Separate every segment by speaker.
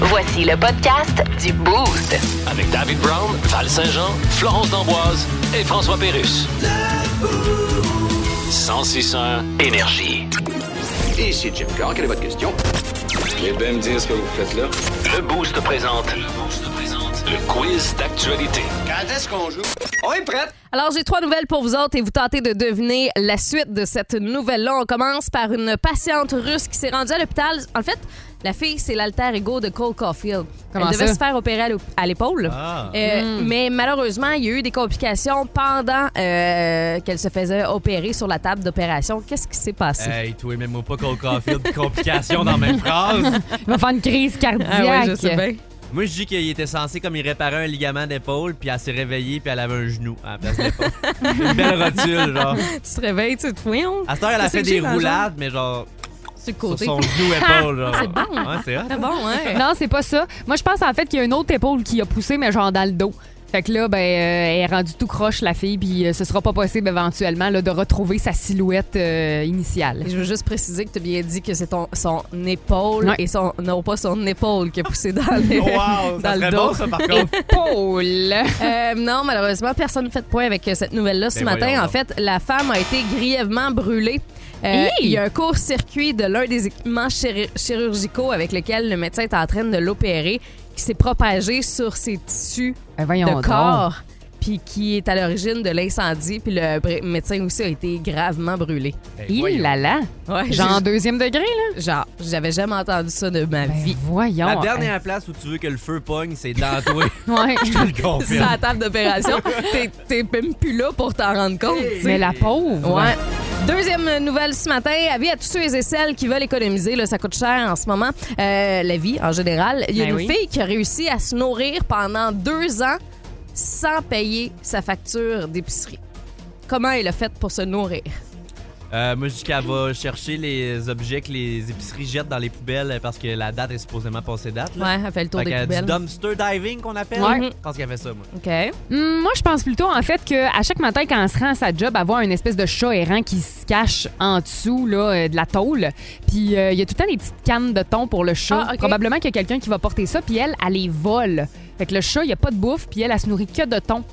Speaker 1: Voici le podcast du Boost.
Speaker 2: Avec David Brown, Val Saint-Jean, Florence D'Amboise et François Pérus. 1061 Énergie.
Speaker 3: Ici Jim Carr, quelle est votre question?
Speaker 4: Eh bien, me dire ce que vous faites là.
Speaker 2: Le Boost présente. Le Boost présente. Le quiz d'actualité.
Speaker 3: Quand est-ce qu'on joue? On est prête!
Speaker 5: Alors, j'ai trois nouvelles pour vous autres et vous tentez de deviner la suite de cette nouvelle-là. On commence par une patiente russe qui s'est rendue à l'hôpital. En fait, la fille, c'est l'alter ego de Cole Caulfield.
Speaker 6: Comment
Speaker 5: Elle devait
Speaker 6: ça?
Speaker 5: se faire opérer à l'hô- à l'épaule.
Speaker 7: Ah.
Speaker 5: Euh, Mais malheureusement, il y a eu des complications pendant euh, qu'elle se faisait opérer sur la table d'opération. Qu'est-ce qui s'est passé?
Speaker 7: Hey, toi, même moi pas Cole Caulfield, complications dans la même phrase.
Speaker 6: Il va faire une crise cardiaque.
Speaker 5: Ah ouais, je sais bien.
Speaker 7: Moi, je dis qu'il était censé comme il réparait un ligament d'épaule, puis elle s'est réveillée, puis elle avait un genou à la place de l'épaule. Une belle rotule, genre.
Speaker 5: Tu te réveilles, tu te fouilles, hein? on-
Speaker 7: À cette heure, elle a
Speaker 5: C'est
Speaker 7: fait
Speaker 5: que j'ai
Speaker 7: des
Speaker 5: dans la
Speaker 7: roulades, mais genre
Speaker 5: sur le
Speaker 7: Ah, sur
Speaker 5: côté.
Speaker 7: son genou épaule, genre.
Speaker 5: C'est bon.
Speaker 7: Ouais, c'est hot.
Speaker 5: Très bon, hein?
Speaker 6: Non, c'est pas ça. Moi, je pense en fait qu'il y a une autre épaule qui a poussé, mais genre dans le dos. Fait que là, ben, euh, elle est rendue tout croche, la fille, puis euh, ce sera pas possible éventuellement là, de retrouver sa silhouette euh, initiale.
Speaker 5: Et Je veux juste préciser que tu as bien dit que c'est ton- son épaule
Speaker 6: Ouais.
Speaker 5: et son. Non, pas son épaule qui a poussé dans le.
Speaker 7: Wow,
Speaker 5: Dans
Speaker 7: ça
Speaker 5: le
Speaker 7: serait
Speaker 5: dos.
Speaker 7: bon, ça, par contre.
Speaker 6: Paul!
Speaker 5: Euh, non, malheureusement, personne ne fait de point avec euh, cette nouvelle-là ce
Speaker 7: Ben
Speaker 5: matin.
Speaker 7: voyons
Speaker 5: En
Speaker 7: donc.
Speaker 5: fait, la femme a été grièvement brûlée. Euh,
Speaker 6: Hi!
Speaker 5: il y a un court-circuit de l'un des équipements chir- chirurgicaux avec lequel le médecin est en train de l'opérer qui s'est propagé sur ses tissus
Speaker 6: Ben, voyons
Speaker 5: de
Speaker 6: donc.
Speaker 5: corps puis qui est à l'origine de l'incendie. Puis le br- médecin aussi a été gravement brûlé.
Speaker 6: Il là là.
Speaker 5: Ouais,
Speaker 6: Genre deuxième degré, là?
Speaker 5: j'ai- genre, j'avais jamais entendu ça de ma
Speaker 6: Ben,
Speaker 5: vie.
Speaker 6: voyons.
Speaker 7: La
Speaker 5: hein.
Speaker 7: dernière place où tu veux que le feu pogne, c'est dans toi.
Speaker 6: Ouais.
Speaker 7: Je te le
Speaker 5: C'est à
Speaker 7: confirme.
Speaker 5: la table d'opération. T'es- T'es même plus là pour t'en rendre compte. tu sais.
Speaker 6: Mais la pauvre.
Speaker 5: Ouais. Deuxième nouvelle ce matin, avis à tous ceux et celles qui veulent économiser, là, ça coûte cher en ce moment, euh, la vie en général. Il y a
Speaker 6: Ben
Speaker 5: une
Speaker 6: oui.
Speaker 5: fille qui a réussi à se nourrir pendant deux ans sans payer sa facture d'épicerie. Comment elle a fait pour se nourrir?
Speaker 7: Euh, moi, je dis qu'elle va chercher les objets que les épiceries jettent dans les poubelles euh, parce que la date est supposément passée date. Là.
Speaker 5: Ouais, elle fait le tour
Speaker 7: Fait
Speaker 5: des
Speaker 7: qu'elle
Speaker 5: poubelles.
Speaker 7: a du dumpster diving qu'on appelle.
Speaker 5: Ouais.
Speaker 7: Je pense qu'elle fait ça, moi.
Speaker 5: OK.
Speaker 6: Hum, moi, je pense plutôt, en fait, qu'à chaque matin, quand on se rend à sa job, avoir une espèce de chat errant qui se cache en dessous là, euh, de la tôle. Puis euh, il y a tout le temps des petites cannes de thon pour le chat.
Speaker 5: Ah, ok.
Speaker 6: Probablement qu'il y a quelqu'un qui va porter ça, puis elle, elle les vole. Fait que le chat, il n'y a pas de bouffe, puis elle, elle se nourrit que de thon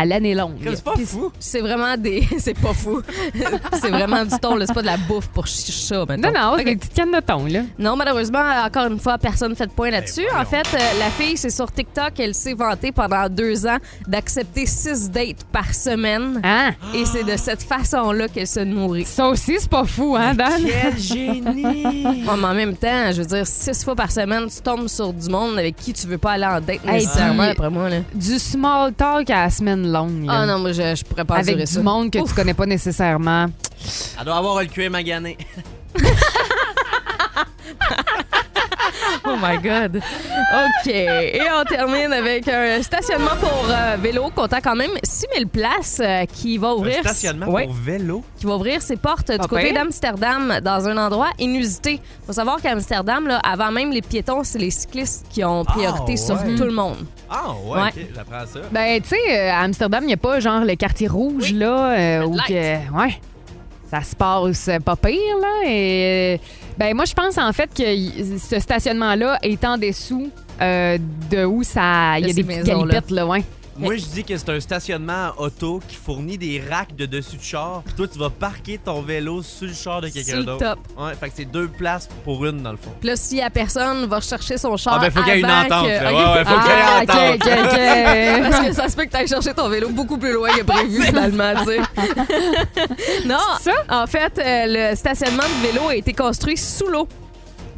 Speaker 6: à l'année longue.
Speaker 7: Comme c'est pas
Speaker 5: Puis
Speaker 7: fou.
Speaker 5: C'est vraiment des. C'est pas fou. c'est vraiment du thon, là. C'est pas de la bouffe pour ch- chat, maintenant.
Speaker 6: Non, non, c'est des petites cannes de thon, là.
Speaker 5: Non, malheureusement, encore une fois, personne ne fait de point là-dessus.
Speaker 7: Ben,
Speaker 5: en fait,
Speaker 7: voyons.
Speaker 5: euh, la fille, c'est sur TikTok, elle s'est vantée pendant deux ans d'accepter six dates par semaine.
Speaker 6: Hein?
Speaker 5: Et c'est de cette façon-là qu'elle se nourrit.
Speaker 6: Ça aussi, c'est pas fou, hein, Dan?
Speaker 7: Quel génie!
Speaker 5: Ouais, mais en même temps, je veux dire, six fois par semaine, tu tombes sur du monde avec qui tu veux pas aller en date
Speaker 6: Hey,
Speaker 5: nécessairement,
Speaker 6: puis-
Speaker 5: après moi. Là.
Speaker 6: Du small talk à la semaine longue. là.
Speaker 5: Ah non, moi, je, je pourrais pas
Speaker 6: Avec
Speaker 5: endurer
Speaker 6: du
Speaker 5: ça.
Speaker 6: monde que tu connais pas nécessairement.
Speaker 7: Elle doit avoir le cuir magané.
Speaker 5: Oh my God. OK. Et on termine avec un stationnement pour euh, vélo comptant quand même 6000 places euh, qui va
Speaker 7: Un
Speaker 5: ouvrir...
Speaker 7: stationnement
Speaker 5: Ouais.
Speaker 7: pour vélo.
Speaker 5: qui va ouvrir ses portes du
Speaker 6: Pas
Speaker 5: côté
Speaker 6: pire.
Speaker 5: d'Amsterdam dans un endroit inusité. faut savoir qu'Amsterdam, là, avant même les piétons, c'est les cyclistes qui ont priorité
Speaker 7: Ah, ouais.
Speaker 5: sur tout le monde.
Speaker 7: Ah ouais,
Speaker 5: Ouais.
Speaker 7: ok, j'apprends ça.
Speaker 6: Ben, tu sais, euh, à Amsterdam, il n'y a pas genre le quartier rouge, là, euh, où
Speaker 5: light.
Speaker 6: que. Ouais. Ça se passe pas pire, là. Et. euh, Ben, moi, je pense, en fait, que y- ce stationnement-là est en dessous euh, de où ça.
Speaker 5: De
Speaker 6: Il y a des
Speaker 5: ces
Speaker 6: petites
Speaker 5: maisons-là.
Speaker 6: galipettes, là, ouais.
Speaker 7: Moi, je dis que c'est un stationnement à auto qui fournit des racks de dessus de char. Puis toi, tu vas parquer ton vélo sur le char de
Speaker 5: Sur
Speaker 7: quelqu'un
Speaker 5: le
Speaker 7: d'autre.
Speaker 5: top.
Speaker 7: Ouais, fait que c'est deux places pour une, dans le fond.
Speaker 5: Puis là, si la personne va chercher son char.
Speaker 7: Ah, ben, faut qu'il y ait une
Speaker 5: avant
Speaker 7: entente,
Speaker 5: que-
Speaker 7: là.
Speaker 5: Ok. Ah, ben,
Speaker 7: Ouais, ouais, faut qu'il y ait une
Speaker 6: Ah, ok,
Speaker 7: entente.
Speaker 6: ok, ok.
Speaker 5: Parce que ça se peut que tu ailles chercher ton vélo beaucoup plus loin que prévu, finalement, tu sais. non,
Speaker 6: C'est ça?
Speaker 5: en fait, euh, le stationnement de vélo a été construit sous l'eau.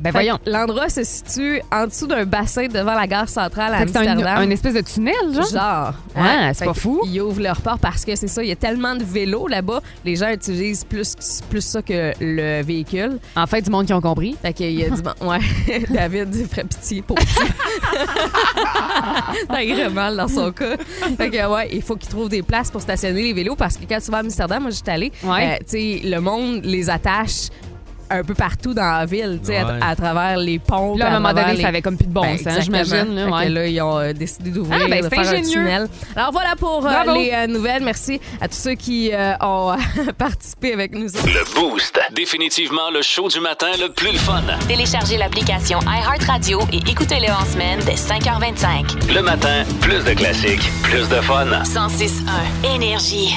Speaker 6: Ben,
Speaker 5: Fait que
Speaker 6: voyons.
Speaker 5: L'endroit se situe en dessous d'un bassin devant la gare centrale à
Speaker 6: Fait que C'est un,
Speaker 5: Amsterdam.
Speaker 6: un espèce de tunnel, genre.
Speaker 5: Genre. hein?
Speaker 6: Ah, Hein? c'est
Speaker 5: Fait
Speaker 6: pas
Speaker 5: que
Speaker 6: fou.
Speaker 5: Ils ouvrent leur port parce que c'est ça, il y a tellement de vélos là-bas, les gens utilisent plus, plus ça que le véhicule.
Speaker 6: En fait, du monde qui ont compris.
Speaker 5: Fait qu'il y a du bon- Ouais, David il ferait pitié pour petit. Ça irait mal dans son cas. Fait que, ouais, il faut qu'ils trouvent des places pour stationner les vélos parce que quand euh, tu vas à Amsterdam, moi, j'étais allée, euh,
Speaker 6: Ouais.
Speaker 5: tu sais, le monde les attache un peu partout dans la ville, tu sais, à-
Speaker 7: Ouais.
Speaker 5: à, travers les ponts.
Speaker 6: Là, à un moment
Speaker 5: travers
Speaker 6: donné,
Speaker 5: les-
Speaker 6: ça avait comme plus de bon
Speaker 5: Ben,
Speaker 6: sens,
Speaker 5: exactement.
Speaker 6: j'imagine. là,
Speaker 5: Fait
Speaker 6: ouais.
Speaker 5: que là, ils ont euh, décidé d'ouvrir,
Speaker 6: Ah, ben,
Speaker 5: de
Speaker 6: c'est
Speaker 5: faire
Speaker 6: ingénieux.
Speaker 5: un tunnel. Alors voilà pour euh,
Speaker 6: Bravo.
Speaker 5: les euh, nouvelles. Merci à tous ceux qui euh, ont participé avec nous.
Speaker 2: Le Boost. Définitivement le show du matin le plus le fun.
Speaker 1: Téléchargez l'application iHeartRadio et écoutez-le en semaine dès 5h25.
Speaker 2: Le matin, plus de classiques, plus de fun.
Speaker 1: 106.1 Énergie.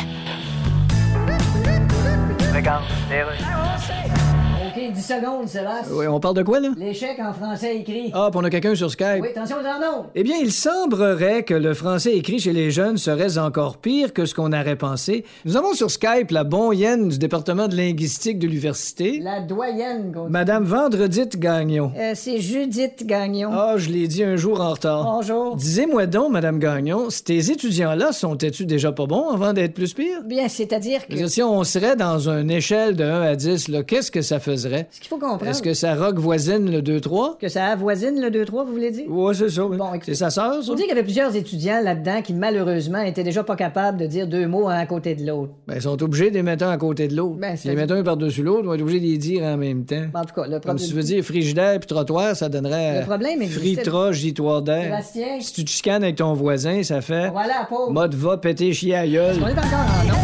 Speaker 8: OK, 10 secondes, Sébastien.
Speaker 9: on parle de quoi, là?
Speaker 8: L'échec en français écrit.
Speaker 9: Ah, puis on a quelqu'un sur Skype.
Speaker 8: Oui, attention aux arnaud.
Speaker 9: Eh bien, il semblerait que le français écrit chez les jeunes serait encore pire que ce qu'on aurait pensé. Nous avons sur Skype la bonne du département de linguistique de l'université,
Speaker 8: La doyenne, qu'on dit.
Speaker 9: Madame Vendredite Gagnon.
Speaker 8: Euh, c'est Judith Gagnon.
Speaker 9: Ah, je l'ai dit un jour en retard.
Speaker 8: Bonjour.
Speaker 9: Disez-moi donc, Madame Gagnon, ces étudiants-là sont-ils déjà pas bons avant d'être plus pires?
Speaker 8: Bien, c'est-à-dire
Speaker 9: Je
Speaker 8: que
Speaker 9: veux dire, Si on serait dans une échelle de 1 à 10, là, qu'est-ce que ça ferait?
Speaker 8: ce qu'il faut comprendre,
Speaker 9: Est-ce
Speaker 8: que...
Speaker 9: que ça rock voisine le 2-3?
Speaker 8: ça avoisine le 2-3, vous voulez dire?
Speaker 9: Ouais, c'est ça. oui.
Speaker 8: Bon, écoutez.
Speaker 9: c'est sa sœur, ça?
Speaker 8: On dit qu'il y avait plusieurs étudiants là-dedans qui, malheureusement, étaient déjà pas capables de dire deux mots un à côté de l'autre.
Speaker 9: Ben, ils sont obligés de les mettre un à côté de l'autre.
Speaker 8: Ben, c'est-
Speaker 9: Ils les mettent un par-dessus l'autre, on va être obligé de les dire en même temps.
Speaker 8: En tout cas, le problème...
Speaker 9: Comme si tu veux dire frigidaire puis trottoir, ça donnerait.
Speaker 8: Le problème existait.
Speaker 9: Fritra, gitoire d'air.
Speaker 8: Sébastien.
Speaker 9: Si tu te chicanes avec ton voisin, ça fait.
Speaker 8: Voilà, pauvre.
Speaker 9: Mode va péter chier à gueule.
Speaker 8: On est encore en nombre.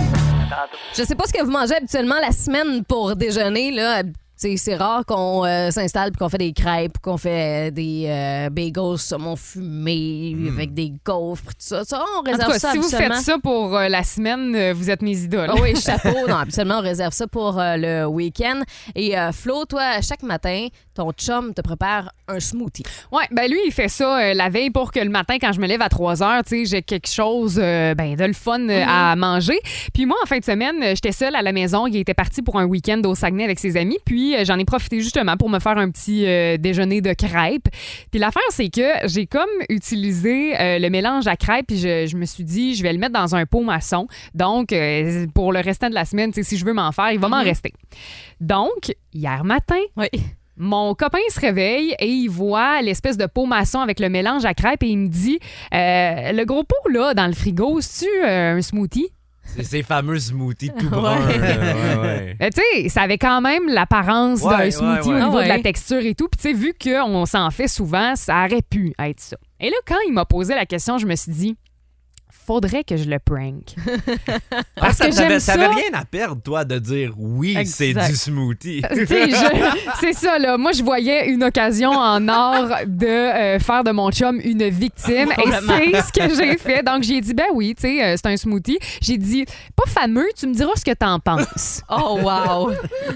Speaker 5: Je sais pas ce que vous mangez habituellement la semaine pour déjeuner, là. C'est, c'est rare qu'on euh, s'installe puis qu'on fait des crêpes, qu'on fait euh, des euh, bagels saumon fumé avec des gaufres, tout ça. Ça, on
Speaker 6: En
Speaker 5: réserve
Speaker 6: tout cas,
Speaker 5: ça
Speaker 6: si vous faites
Speaker 5: habituellement.
Speaker 6: ça pour euh, la semaine, euh, vous êtes mes idoles.
Speaker 5: Ah oui, chapeau. Non, habituellement, on réserve ça pour euh, le week-end. Et euh, Flo, toi, chaque matin, ton chum te prépare un smoothie.
Speaker 6: Ouais, ben lui, il fait ça euh, la veille pour que le matin, quand je me lève à 3 heures, tu sais, j'ai quelque chose euh, ben, de le fun euh, à manger. Puis moi, en fin de semaine, euh, j'étais seule à la maison. Il était parti pour un week-end au Saguenay avec ses amis. Puis euh, j'en ai profité justement pour me faire un petit euh, déjeuner de crêpes. Puis l'affaire, c'est que j'ai comme utilisé euh, le mélange à crêpes. Puis je, je me suis dit, je vais le mettre dans un pot maçon. Donc, euh, pour le restant de la semaine, tu sais, si je veux m'en faire, il va m'en rester. Donc, hier matin,
Speaker 5: Oui.
Speaker 6: mon copain se réveille et il voit l'espèce de pot maçon avec le mélange à crêpes et il me dit euh, Le gros pot là dans le frigo, c'est-tu euh, un smoothie?
Speaker 7: C'est ces fameux smoothies tout bruns.
Speaker 5: Ouais.
Speaker 7: là, ouais, ouais.
Speaker 6: Euh, tu sais, ça avait quand même l'apparence
Speaker 7: Ouais,
Speaker 6: d'un
Speaker 7: ouais,
Speaker 6: smoothie
Speaker 7: ouais.
Speaker 6: au niveau
Speaker 5: Ah ouais.
Speaker 6: de la texture et tout. Puis tu sais, vu qu'on s'en fait souvent, ça aurait pu être ça. Et là, quand il m'a posé la question, je me suis dit Faudrait que je le prank. Parce
Speaker 7: Ah,
Speaker 6: que
Speaker 7: t'avais-
Speaker 6: j'aime ça.
Speaker 7: T'avais rien à perdre, toi, de dire oui, c'est
Speaker 5: Exact.
Speaker 7: du smoothie.
Speaker 6: Tu sais, je- c'est ça, là. Moi, je voyais une occasion en or de euh, faire de mon chum une victime. Et c'est ce que j'ai fait. Donc, j'ai dit, ben oui, tu sais, euh, c'est un smoothie. J'ai dit, pas fameux, tu me diras ce que t'en penses.
Speaker 5: Oh, wow.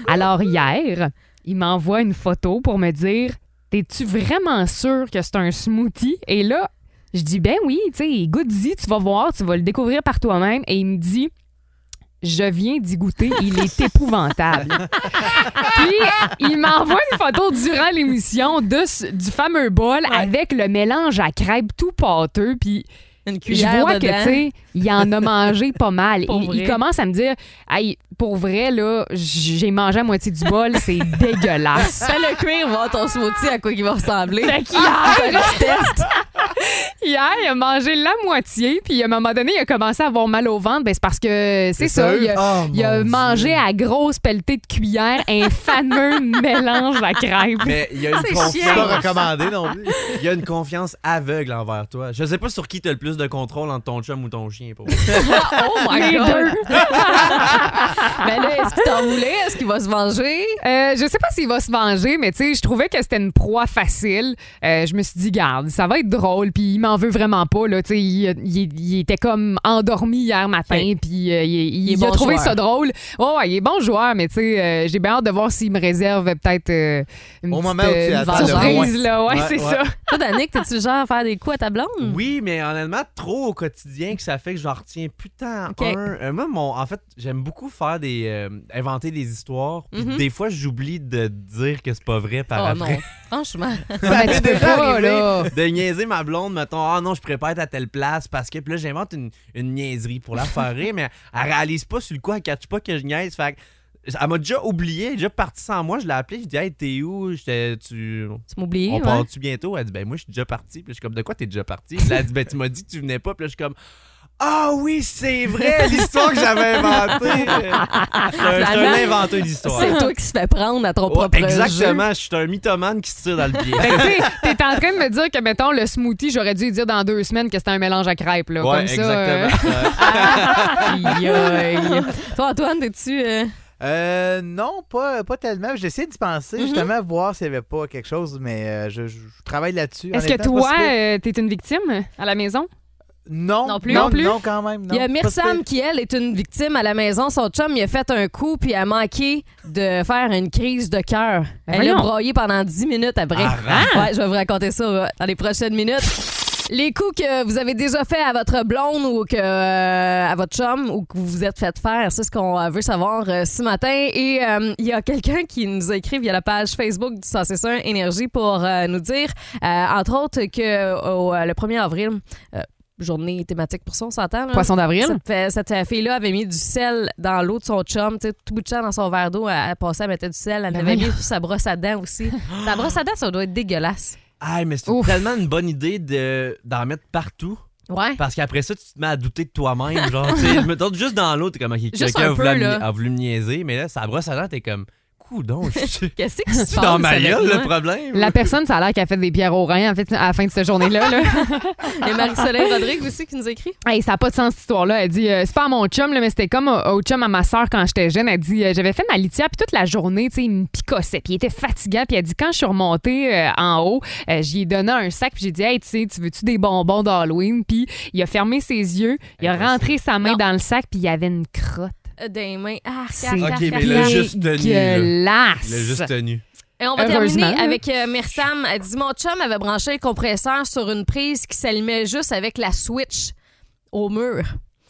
Speaker 6: Alors, hier, il m'envoie une photo pour me dire, t'es-tu vraiment sûr que c'est un smoothie? Et là, je dis, ben oui, tu sais, goûte-y, tu vas voir, tu vas le découvrir par toi-même. Et il me dit, je viens d'y goûter, il est épouvantable. Puis, il m'envoie une photo durant l'émission de ce- du fameux bol avec le mélange à crêpes tout pâteux. Puis,
Speaker 5: Une
Speaker 6: je
Speaker 5: cuillère
Speaker 6: vois que,
Speaker 5: dedans.
Speaker 6: tu sais, il en a mangé pas mal.
Speaker 5: Pour
Speaker 6: Il, il
Speaker 5: vrai.
Speaker 6: commence à me dire, hey, pour vrai, là, j'ai mangé à moitié du bol, c'est dégueulasse.
Speaker 5: Fais le cuire, voir ton smoothie à quoi il va ressembler. Ah,
Speaker 6: Fait qu'hier,
Speaker 5: Fais le test.
Speaker 6: Hier, il a mangé la moitié, puis à un moment donné, il a commencé à avoir mal au ventre. Ben, c'est parce que, c'est ça, il a,
Speaker 9: Oh,
Speaker 6: il a
Speaker 9: mon
Speaker 6: mangé à grosse pelletée de cuillère un fameux mélange à crêpes.
Speaker 7: Mais il y a une
Speaker 5: Ah, C'est
Speaker 7: confiance.
Speaker 5: chiant.
Speaker 7: Pas recommandé non plus. Il y a une confiance aveugle envers toi. Je sais pas sur qui t'as le plus de contrôle entre ton chum ou ton chien. Pour vrai.
Speaker 5: Oh, my
Speaker 6: Les
Speaker 5: God.
Speaker 6: deux.
Speaker 5: Mais là, est-ce qu'il t'en voulait? Est-ce qu'il va se venger?
Speaker 6: Euh, je sais pas s'il va se venger, mais tu sais, je trouvais que c'était une proie facile. Euh, je me suis dit, garde, ça va être drôle, puis il m'en veut vraiment pas. Là, Tu sais, il, il- il était comme endormi hier matin,
Speaker 5: Ouais.
Speaker 6: puis euh, il, il-
Speaker 5: est
Speaker 6: il
Speaker 5: bon
Speaker 6: a trouvé
Speaker 5: joueur.
Speaker 6: ça drôle. Ouais, ouais, il est bon joueur, mais tu sais, euh, j'ai bien hâte de voir s'il me réserve peut-être euh, une
Speaker 10: Au
Speaker 6: petite,
Speaker 10: moment où tu
Speaker 6: euh, une
Speaker 10: attends
Speaker 5: le
Speaker 6: surprise.
Speaker 10: point.
Speaker 6: Là, ouais,
Speaker 10: Ouais,
Speaker 6: c'est
Speaker 10: ouais.
Speaker 6: ça.
Speaker 5: Toi, Danick, t'es-tu le genre à faire des coups à ta blonde?
Speaker 7: Oui, mais honnêtement, trop au quotidien que ça fait que j'en retiens putain
Speaker 5: Ok.
Speaker 7: un. Euh, moi, mon, en fait, j'aime beaucoup faire des. euh, inventer des histoires. Puis
Speaker 5: Mhm.
Speaker 7: Des fois, j'oublie de dire que c'est pas vrai par
Speaker 5: Oh
Speaker 7: après.
Speaker 5: non, franchement.
Speaker 7: Ça
Speaker 6: Mais
Speaker 7: m'est
Speaker 6: Ben, tu peux
Speaker 7: déjà
Speaker 6: pas,
Speaker 7: arrivé
Speaker 6: là.
Speaker 7: de niaiser ma blonde, mettons, ah non, je prépare à telle place parce que, puis là, j'invente une, une niaiserie pour la faire rire, mais elle réalise pas sur le coup, elle catch pas que je niaise. Fait que, elle m'a déjà oublié, elle est déjà partie sans moi. Je l'ai appelée, je dis, hey, t'es où? J'étais, tu.
Speaker 5: Tu m'oublies,
Speaker 7: On
Speaker 5: ouais.
Speaker 7: part-tu bientôt? Elle dit, ben moi, je suis déjà partie. Puis je suis comme, de quoi t'es déjà partie? Puis là, elle dit, ben tu m'as dit que tu venais pas. Puis là, je suis comme, Ah oui, c'est vrai, l'histoire que j'avais inventée. Je suis un- je suis un
Speaker 5: Finalement,
Speaker 7: inventeur d'histoire.
Speaker 5: C'est toi qui se fait prendre à ton
Speaker 7: Ouais,
Speaker 5: propre
Speaker 7: exactement, je suis un mythomane qui se tire dans le pied.
Speaker 6: Fait que, tu sais, t'es en train de me dire que, mettons, le smoothie, j'aurais dû dire dans deux semaines que c'était un mélange à crêpes, là.
Speaker 7: ouais,
Speaker 6: comme ça. euh,
Speaker 7: exactement. Ouais.
Speaker 5: Aïe, aïe. Toi, Antoine, t'es-tu. euh,
Speaker 10: Euh, non, pas, pas tellement. J'essaie d'y penser, justement, voir s'il n'y avait pas quelque chose, mais euh, je, je- je travaille là-dessus.
Speaker 6: Est-ce que
Speaker 10: Honnêtement,
Speaker 6: toi,
Speaker 10: pas si pire.
Speaker 6: euh, t'es une victime à la maison?
Speaker 10: Non,
Speaker 5: Non plus.
Speaker 10: Non,
Speaker 5: Non
Speaker 6: plus.
Speaker 10: non, quand même. non.
Speaker 5: Il y a
Speaker 10: Pas si
Speaker 5: Mirsam
Speaker 10: pire.
Speaker 5: qui, elle, est une victime à la maison. Son chum, il a fait un coup puis elle a manqué de faire une crise de cœur. Elle
Speaker 6: voyons.
Speaker 5: a broyé pendant 10 minutes après. Ouais, je vais vous raconter ça euh, dans les prochaines minutes. Les coups que vous avez déjà fait à votre blonde ou que euh, à votre chum ou que vous vous êtes fait faire, c'est ce qu'on euh, veut savoir euh, ce matin. Et euh, il y a quelqu'un qui nous a écrit via la page Facebook du 161 Énergie pour euh, nous dire, euh, entre autres, que euh, au, euh, le 1er avril, euh, journée thématique pour ça, on s'entend. là?
Speaker 6: Poisson d'avril?
Speaker 5: Cette, fait- cette, euh, fille-là avait mis du sel dans l'eau de son chum, tu sais, tout bout de champ dans son verre d'eau, elle, elle passait, elle mettait du sel, elle
Speaker 6: Ben
Speaker 5: avait
Speaker 6: voyons.
Speaker 5: mis sur sa brosse à dents aussi. sa brosse à dents, ça doit être dégueulasse.
Speaker 7: Ah, mais c'est
Speaker 6: Ouf.
Speaker 7: tellement une bonne idée de- d'en mettre partout.
Speaker 5: Ouais.
Speaker 7: Parce qu'après ça, tu te mets à douter de toi-même. Genre, tu sais, je me donne juste dans l'eau, t'es comme, ok, quelqu'un
Speaker 5: un
Speaker 7: a, voulu
Speaker 5: peu,
Speaker 7: me-
Speaker 5: là.
Speaker 7: a voulu me niaiser, mais là, ça brosse à dents, t'es comme, coudon, je suis
Speaker 5: Qu'est-ce qui se passe?
Speaker 7: dans ma
Speaker 5: avec
Speaker 7: gueule,
Speaker 5: moi?
Speaker 7: le problème.
Speaker 6: La personne, ça a l'air qu'elle a fait des pierres au rein en fait, à la fin de cette journée-là. là.
Speaker 5: Il y a Marie-Soleil Rodrigue aussi qui nous écrit.
Speaker 6: Hey, ça n'a pas de sens cette histoire-là. Elle dit euh, C'est pas à mon chum, là, mais c'était comme au, au chum à ma soeur quand j'étais jeune. Elle dit euh, J'avais fait ma litière, puis toute la journée, tu sais, il me picossait, puis il était fatigant. Puis elle dit Quand je suis remontée euh, en haut, euh, j'y ai donné un sac, puis j'ai dit Hey, tu sais, tu veux-tu des bonbons d'Halloween Puis il a fermé ses yeux, il a rentré sa main
Speaker 5: Non.
Speaker 6: dans le sac, puis il y avait une crotte.
Speaker 5: Euh, Des mains. Ah,
Speaker 6: C'est
Speaker 5: car, car,
Speaker 7: Ok,
Speaker 5: car,
Speaker 7: mais là,
Speaker 5: car.
Speaker 7: juste tenu, là.
Speaker 6: Dégueulasse.
Speaker 7: Il l'a juste tenu.
Speaker 5: Et on va
Speaker 6: Heureusement.
Speaker 5: terminer avec euh, Mirsam. Elle dit Mon chum avait branché le compresseur sur une prise qui s'allumait juste avec la switch au mur.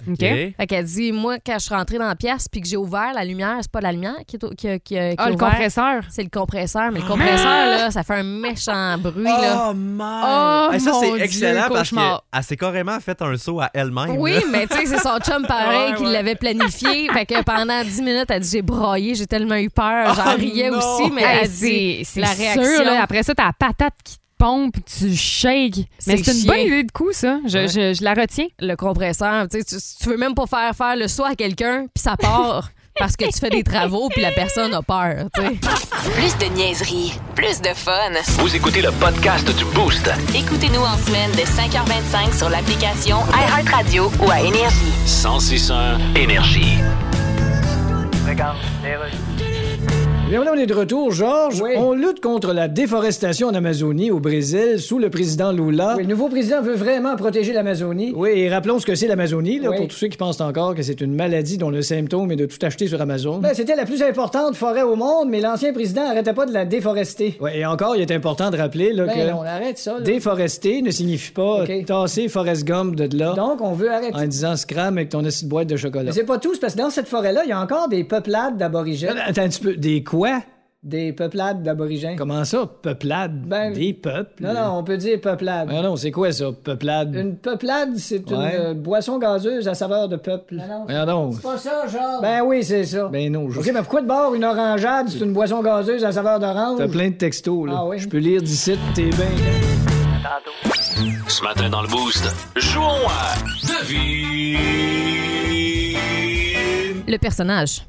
Speaker 6: OK.
Speaker 7: Ok.
Speaker 5: Fait qu'elle dit Moi, quand je suis rentrée dans la pièce puis que j'ai ouvert la lumière, c'est pas la lumière qui est au- qui a- qui a- qui
Speaker 6: Ah,
Speaker 5: a
Speaker 6: le
Speaker 5: ouvert.
Speaker 6: compresseur.
Speaker 5: C'est le compresseur, mais le
Speaker 6: Ah!
Speaker 5: compresseur, là, ça fait un méchant bruit, là.
Speaker 7: Oh, man!
Speaker 6: Oh,
Speaker 7: Eh, ça,
Speaker 6: mon
Speaker 7: c'est
Speaker 6: Dieu,
Speaker 7: excellent parce
Speaker 6: cauchemar.
Speaker 7: qu'elle s'est carrément fait un saut à
Speaker 6: Oh!
Speaker 7: elle-même.
Speaker 5: Oui,
Speaker 7: là.
Speaker 5: mais tu sais, c'est son chum pareil qui l'avait planifié. Fait que pendant 10 minutes, elle dit J'ai broyé, j'ai tellement eu peur. J'en
Speaker 7: Oh,
Speaker 5: riais
Speaker 7: non.
Speaker 5: aussi, mais
Speaker 6: Hey,
Speaker 5: elle dit
Speaker 6: c'est c'est
Speaker 5: la
Speaker 6: sûr,
Speaker 5: réaction.
Speaker 6: là, après ça, t'as la patate qui te pompe, tu shakes. Mais
Speaker 5: C'est
Speaker 6: c'est une
Speaker 5: chiant.
Speaker 6: bonne idée de coup, ça. Je,
Speaker 5: Ouais.
Speaker 6: je- je la retiens.
Speaker 5: le compresseur. Tu, sais, tu, tu veux même pas faire faire le saut à quelqu'un, puis ça part parce que tu fais des travaux, puis la personne a peur. tu sais.
Speaker 1: Plus de niaiserie, plus de fun.
Speaker 2: Vous écoutez le podcast du Boost.
Speaker 1: Écoutez-nous en semaine de 5h25 sur l'application iHeartRadio ou à Énergie.
Speaker 2: 1061 Énergie.
Speaker 9: Eh Bien, voilà, on est de retour, Georges.
Speaker 8: Oui.
Speaker 9: On lutte contre la déforestation en Amazonie, au Brésil, sous le président Lula.
Speaker 8: Oui,
Speaker 9: Oui,
Speaker 8: le nouveau président veut vraiment protéger l'Amazonie.
Speaker 9: et rappelons ce que c'est l'Amazonie, là,
Speaker 8: Oui.
Speaker 9: pour tous ceux qui pensent encore que c'est une maladie dont le symptôme est de tout acheter sur Amazon.
Speaker 8: Ben, c'était la plus importante forêt au monde, mais l'ancien président arrêtait pas de la déforester.
Speaker 9: Ouais, et encore, il est important de rappeler là,
Speaker 8: Ben
Speaker 9: que
Speaker 8: non, on arrête ça. là.
Speaker 9: déforester ne signifie pas
Speaker 8: Ok.
Speaker 9: tasser Forrest Gump de là
Speaker 8: Donc, on veut arrêter.
Speaker 9: en disant scram avec ton petite boîte de chocolat.
Speaker 8: Mais c'est pas tout, c'est parce que dans cette forêt-là, il y a encore des peuplades d'aborigènes.
Speaker 9: Attends un petit peu, des quoi?
Speaker 8: Des peuplades d'aborigènes.
Speaker 9: Comment ça, peuplade?
Speaker 8: Ben-
Speaker 9: Des peuples?
Speaker 8: Non, non, on peut dire peuplade.
Speaker 9: Ah non, c'est quoi ça, peuplade?
Speaker 8: Une peuplade, c'est une
Speaker 9: Ouais.
Speaker 8: euh, boisson gazeuse à saveur de peuple.
Speaker 9: Voyons donc.
Speaker 8: pas ça, genre. Ben oui, c'est ça.
Speaker 9: Ben non, je...
Speaker 8: OK, mais pourquoi de bord une orangeade, c'est une boisson gazeuse à saveur d'orange?
Speaker 9: T'as plein de textos, là.
Speaker 8: Ah oui?
Speaker 9: Je peux lire d'ici, t'es bien.
Speaker 2: Ce matin dans le Boost, jouons à Devine.
Speaker 5: Le personnage.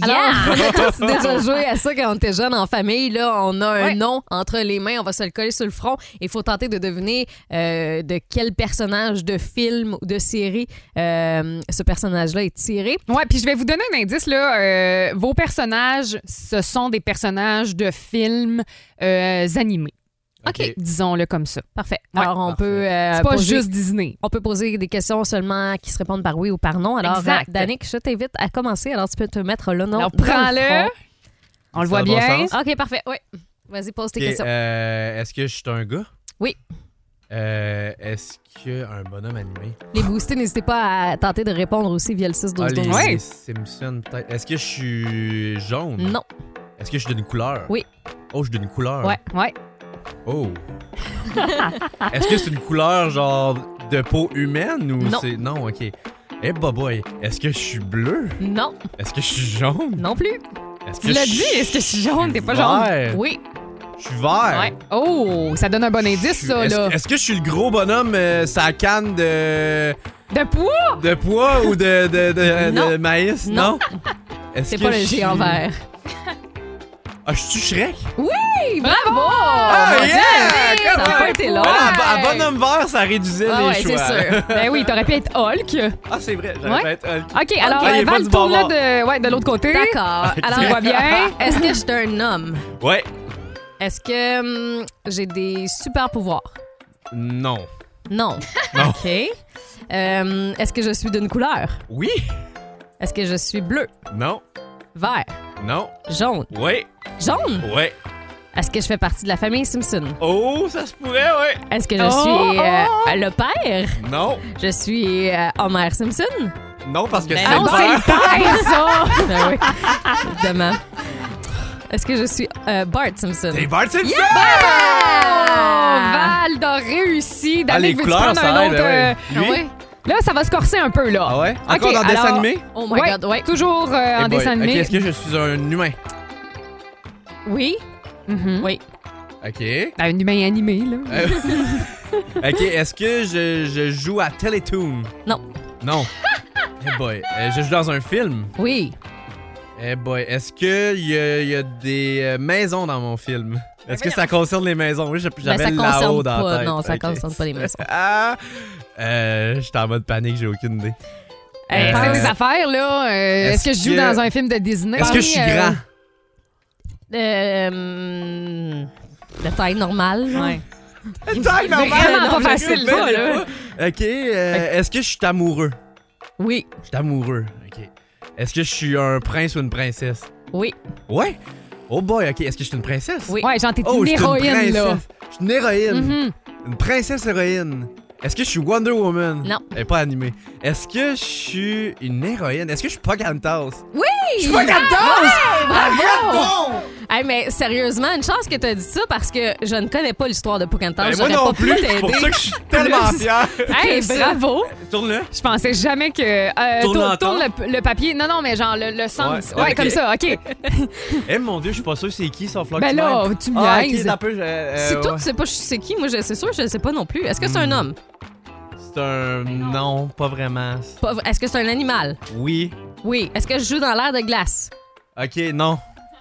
Speaker 5: Alors, on a tous déjà joué à ça quand on était jeune en famille. Là, on a un
Speaker 6: Ouais.
Speaker 5: nom entre les mains, on va se le coller sur le front. Il faut tenter de deviner euh, de quel personnage de film ou de série euh, ce personnage-là est tiré.
Speaker 6: Ouais, puis je vais vous donner un indice, là. Euh, vos personnages, ce sont des personnages de films euh, animés.
Speaker 5: OK.
Speaker 6: Disons-le comme ça.
Speaker 5: Parfait.
Speaker 6: Ouais.
Speaker 5: Alors, on peut. euh,
Speaker 6: C'est pas
Speaker 5: poser-
Speaker 6: juste Disney.
Speaker 5: On peut poser des questions seulement qui se répondent par oui ou par non. Alors,
Speaker 6: Exact.
Speaker 5: euh, Danick, je t'invite à commencer. Alors, tu peux te mettre le nom.
Speaker 6: Alors,
Speaker 5: dans le
Speaker 6: prends-le. On le
Speaker 7: C'est dans
Speaker 6: voit
Speaker 7: le bon
Speaker 6: bien.
Speaker 7: sens.
Speaker 5: front. OK, parfait. Oui. Vas-y, pose tes
Speaker 7: Ok,
Speaker 5: questions.
Speaker 7: euh, est-ce que je suis un gars?
Speaker 5: Oui.
Speaker 7: Euh, est-ce que un bonhomme animé?
Speaker 5: Les boostés, n'hésitez pas à tenter de répondre aussi via le 6
Speaker 7: Ah,
Speaker 5: 12
Speaker 7: les,
Speaker 5: 12.
Speaker 6: Ouais.
Speaker 7: les Simpsons, peut-être. Est-ce que je suis jaune?
Speaker 5: Non.
Speaker 7: Est-ce que je suis d'une couleur?
Speaker 5: Oui.
Speaker 7: Oh, je suis d'une couleur.
Speaker 6: Ouais, ouais.
Speaker 7: Oh. Est-ce que c'est une couleur genre de peau humaine ou
Speaker 5: Non.
Speaker 7: c'est non, OK. Eh bah boy, est-ce que je suis bleu
Speaker 5: Non.
Speaker 7: Est-ce que je suis jaune
Speaker 5: Non plus.
Speaker 7: Est-ce que
Speaker 6: Tu l'as
Speaker 7: je
Speaker 6: dit,
Speaker 7: suis
Speaker 6: est-ce que je suis jaune? T'es pas jaune?
Speaker 7: vert?
Speaker 5: Oui.
Speaker 7: Je suis vert.
Speaker 6: Ouais. Oh, ça donne un bon
Speaker 7: Je
Speaker 6: indice,
Speaker 7: suis-
Speaker 6: ça,
Speaker 7: est-ce-
Speaker 6: là.
Speaker 7: Est-ce que je suis le gros bonhomme euh, sa canne de
Speaker 6: De poids?
Speaker 7: De poids ou de, de, de,
Speaker 5: Non.
Speaker 7: de maïs?
Speaker 5: Non.
Speaker 7: Est-ce
Speaker 5: C'est
Speaker 7: que
Speaker 5: pas le
Speaker 7: je suis-
Speaker 5: géant vert.
Speaker 7: Ah, je suis Shrek?
Speaker 5: Hey, bravo!
Speaker 7: Ah,
Speaker 5: Oh, Mon Dieu,
Speaker 7: yeah!
Speaker 5: oui, Ça
Speaker 7: Come
Speaker 5: a pas
Speaker 7: on!
Speaker 5: été long.
Speaker 7: Ah, à bo- à bonhomme vert, ça réduisait
Speaker 5: Ah ouais,
Speaker 7: les choix.
Speaker 5: c'est sûr.
Speaker 6: Ben oui, t'aurais pu être Hulk.
Speaker 7: Ah, c'est vrai, j'aurais
Speaker 6: Ouais.
Speaker 7: pu être Hulk.
Speaker 6: OK, alors,
Speaker 7: Ah, il est
Speaker 6: euh,
Speaker 7: pas
Speaker 6: Val
Speaker 7: du bon
Speaker 6: tourne là
Speaker 7: bord.
Speaker 6: de, ouais, de l'autre côté.
Speaker 5: D'accord.
Speaker 6: Tu vois
Speaker 5: Alors,
Speaker 6: bien?
Speaker 5: est-ce que je suis un homme?
Speaker 7: Ouais.
Speaker 5: Est-ce que hum, j'ai des super pouvoirs?
Speaker 7: Non.
Speaker 5: Non.
Speaker 7: Non.
Speaker 5: OK. Hum, est-ce que je suis d'une couleur?
Speaker 7: Oui.
Speaker 5: Est-ce que je suis bleu,
Speaker 7: Non.
Speaker 5: vert,
Speaker 7: Non.
Speaker 5: jaune?
Speaker 7: Ouais.
Speaker 5: Jaune?
Speaker 7: Ouais.
Speaker 5: Est-ce que je fais partie de la famille Simpson?
Speaker 7: Oh, ça se pourrait, ouais.
Speaker 5: Est-ce que je
Speaker 6: Oh,
Speaker 5: suis euh,
Speaker 6: oh.
Speaker 5: le père?
Speaker 7: Non.
Speaker 5: Je suis euh, Homer Simpson?
Speaker 7: Non, parce que
Speaker 5: Ben
Speaker 7: c'est
Speaker 6: Non,
Speaker 7: le
Speaker 6: c'est
Speaker 7: vert.
Speaker 6: le père, ça!
Speaker 5: Ben oui. Évidemment. Est-ce que je suis euh, Bart Simpson?
Speaker 7: T'es Bart Simpson!
Speaker 5: Ah!
Speaker 6: Oh, Val t'as réussi.
Speaker 7: euh, Ah, les
Speaker 6: Danick, veux-tu
Speaker 7: couleurs,
Speaker 6: prendre
Speaker 7: ça
Speaker 6: un
Speaker 7: aide,
Speaker 6: autre?
Speaker 7: ouais.
Speaker 6: euh,
Speaker 7: Lui?
Speaker 6: ouais. Là, ça va se corser un peu, là.
Speaker 7: Ah ouais? Encore
Speaker 6: OK,
Speaker 7: dans dessin
Speaker 6: alors-
Speaker 7: animé?
Speaker 5: Oh my God, ouais.
Speaker 6: Toujours euh,
Speaker 7: Eh
Speaker 6: en
Speaker 7: boy.
Speaker 6: dessin
Speaker 7: Ok,
Speaker 6: animé.
Speaker 7: Est-ce que je suis un humain?
Speaker 5: Oui?
Speaker 7: Mm-hmm.
Speaker 6: Mhm.
Speaker 5: Oui.
Speaker 7: OK.
Speaker 6: Ah, Un humain animé, là.
Speaker 7: Euh, ok, est-ce que je, je joue à Teletoon?
Speaker 5: Non.
Speaker 7: Non. Eh boy, euh, je joue dans un film.
Speaker 5: Oui.
Speaker 7: Eh boy, est-ce que il y, a- il y a des euh, maisons dans mon film? Est-ce que ça concerne les maisons? Oui, j'app-
Speaker 5: Ben,
Speaker 7: j'avais
Speaker 5: ça concerne
Speaker 7: là-haut dans la
Speaker 5: pas-
Speaker 7: tête.
Speaker 5: non, ça
Speaker 7: Ok.
Speaker 5: concerne pas les maisons.
Speaker 7: Ah! Euh, J'étais en mode panique, j'ai aucune idée.
Speaker 6: Hey,
Speaker 7: Euh,
Speaker 6: c'est des affaires, là. Euh, Est-ce
Speaker 7: est-ce
Speaker 6: que je joue
Speaker 7: que-
Speaker 6: dans un film de Disney?
Speaker 7: Est-ce que je suis
Speaker 6: Parmi, euh,
Speaker 7: grand?
Speaker 5: Euh, de taille normale. genre.
Speaker 6: Ouais.
Speaker 7: Taille normale,
Speaker 6: vraiment
Speaker 7: non,
Speaker 6: pas
Speaker 7: je
Speaker 6: facile,
Speaker 7: sais pas,
Speaker 6: ça, là.
Speaker 7: Ok, euh, est-ce que je suis amoureux?
Speaker 5: Oui.
Speaker 7: Je suis amoureux. OK. Est-ce que je suis un prince ou une princesse?
Speaker 5: Oui.
Speaker 7: Ouais. Oh boy, OK. Est-ce que je suis une princesse?
Speaker 5: Oui.
Speaker 6: Ouais, genre, t'es
Speaker 7: Oh, je
Speaker 6: une
Speaker 7: suis une
Speaker 6: héroïne,
Speaker 7: princesse.
Speaker 6: là.
Speaker 7: Je suis une héroïne.
Speaker 6: Mhm.
Speaker 7: Une princesse héroïne. Est-ce que je suis Wonder Woman?
Speaker 5: Non.
Speaker 7: Elle est pas animée. Est-ce que je suis une héroïne? Est-ce que je suis Ah! Pocahontas?
Speaker 5: Oui!
Speaker 7: Je suis Pocahontas! Ben,
Speaker 5: Hey, mais sérieusement, une chance que t'as dit ça parce que je ne connais pas l'histoire de Pocahontas.
Speaker 7: Ben, moi
Speaker 5: Ah, J'aurais
Speaker 7: non
Speaker 5: pas pu
Speaker 7: plus. C'est
Speaker 5: t'aider.
Speaker 7: pour ça que je suis tellement
Speaker 5: Plus.
Speaker 7: fier.
Speaker 6: Hey,
Speaker 5: Ça.
Speaker 6: bravo!
Speaker 7: Tourne-le.
Speaker 6: Je pensais jamais que. euh,
Speaker 7: Tourne
Speaker 6: tourne
Speaker 7: en
Speaker 6: tourne le, le papier. Non, non, mais genre le, le sens. Ouais,
Speaker 7: Ouais, ok.
Speaker 6: comme ça, OK.
Speaker 7: Eh mon dieu, je suis pas sûr c'est qui son floc.
Speaker 6: Ben là, tu me
Speaker 7: ah, ok,
Speaker 6: niaises.
Speaker 7: t'as un peu, je- euh,
Speaker 5: Si toi,
Speaker 7: ouais.
Speaker 5: tu sais pas je- c'est qui, moi, je- c'est sûr, je ne sais pas non plus. Est-ce que c'est un
Speaker 7: Hmm.
Speaker 5: homme?
Speaker 7: C'est un. Non, pas vraiment.
Speaker 5: Pas- Est-ce que c'est un animal?
Speaker 7: Oui.
Speaker 5: Oui. Est-ce que je joue dans l'air de glace?
Speaker 7: Ok, non.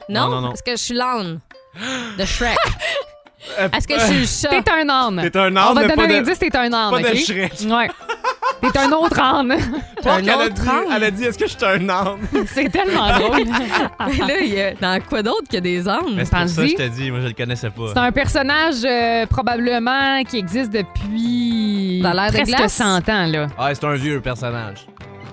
Speaker 5: Non?
Speaker 7: Non, non, non.
Speaker 5: Est-ce que je suis l'âne de Shrek?
Speaker 7: Euh,
Speaker 5: Est-ce que je suis le chat?
Speaker 6: T'es un âne.
Speaker 7: T'es un
Speaker 6: On
Speaker 7: âne, mais
Speaker 6: va te
Speaker 7: pas
Speaker 6: donner un
Speaker 7: de-
Speaker 6: indice, t'es un âne,
Speaker 7: pas de
Speaker 6: OK?
Speaker 7: Shrek.
Speaker 6: Ouais. T'es un autre âne.
Speaker 5: T'as
Speaker 7: Fuck, elle, a
Speaker 5: autre
Speaker 7: dit,
Speaker 5: âne?
Speaker 7: elle a dit, est-ce que je suis un âne?
Speaker 6: C'est
Speaker 7: Ah,
Speaker 6: tellement drôle.
Speaker 5: Là, il y a dans quoi d'autre que des ânes?
Speaker 7: Mais c'est pour ça que
Speaker 6: Pense-y.
Speaker 7: je te dis, moi je le connaissais
Speaker 6: C'est
Speaker 7: pas.
Speaker 6: un personnage euh, probablement qui existe depuis
Speaker 5: Dans l'ère de
Speaker 6: presque
Speaker 5: glace?
Speaker 6: 100 ans là.
Speaker 7: Ah, c'est un vieux personnage.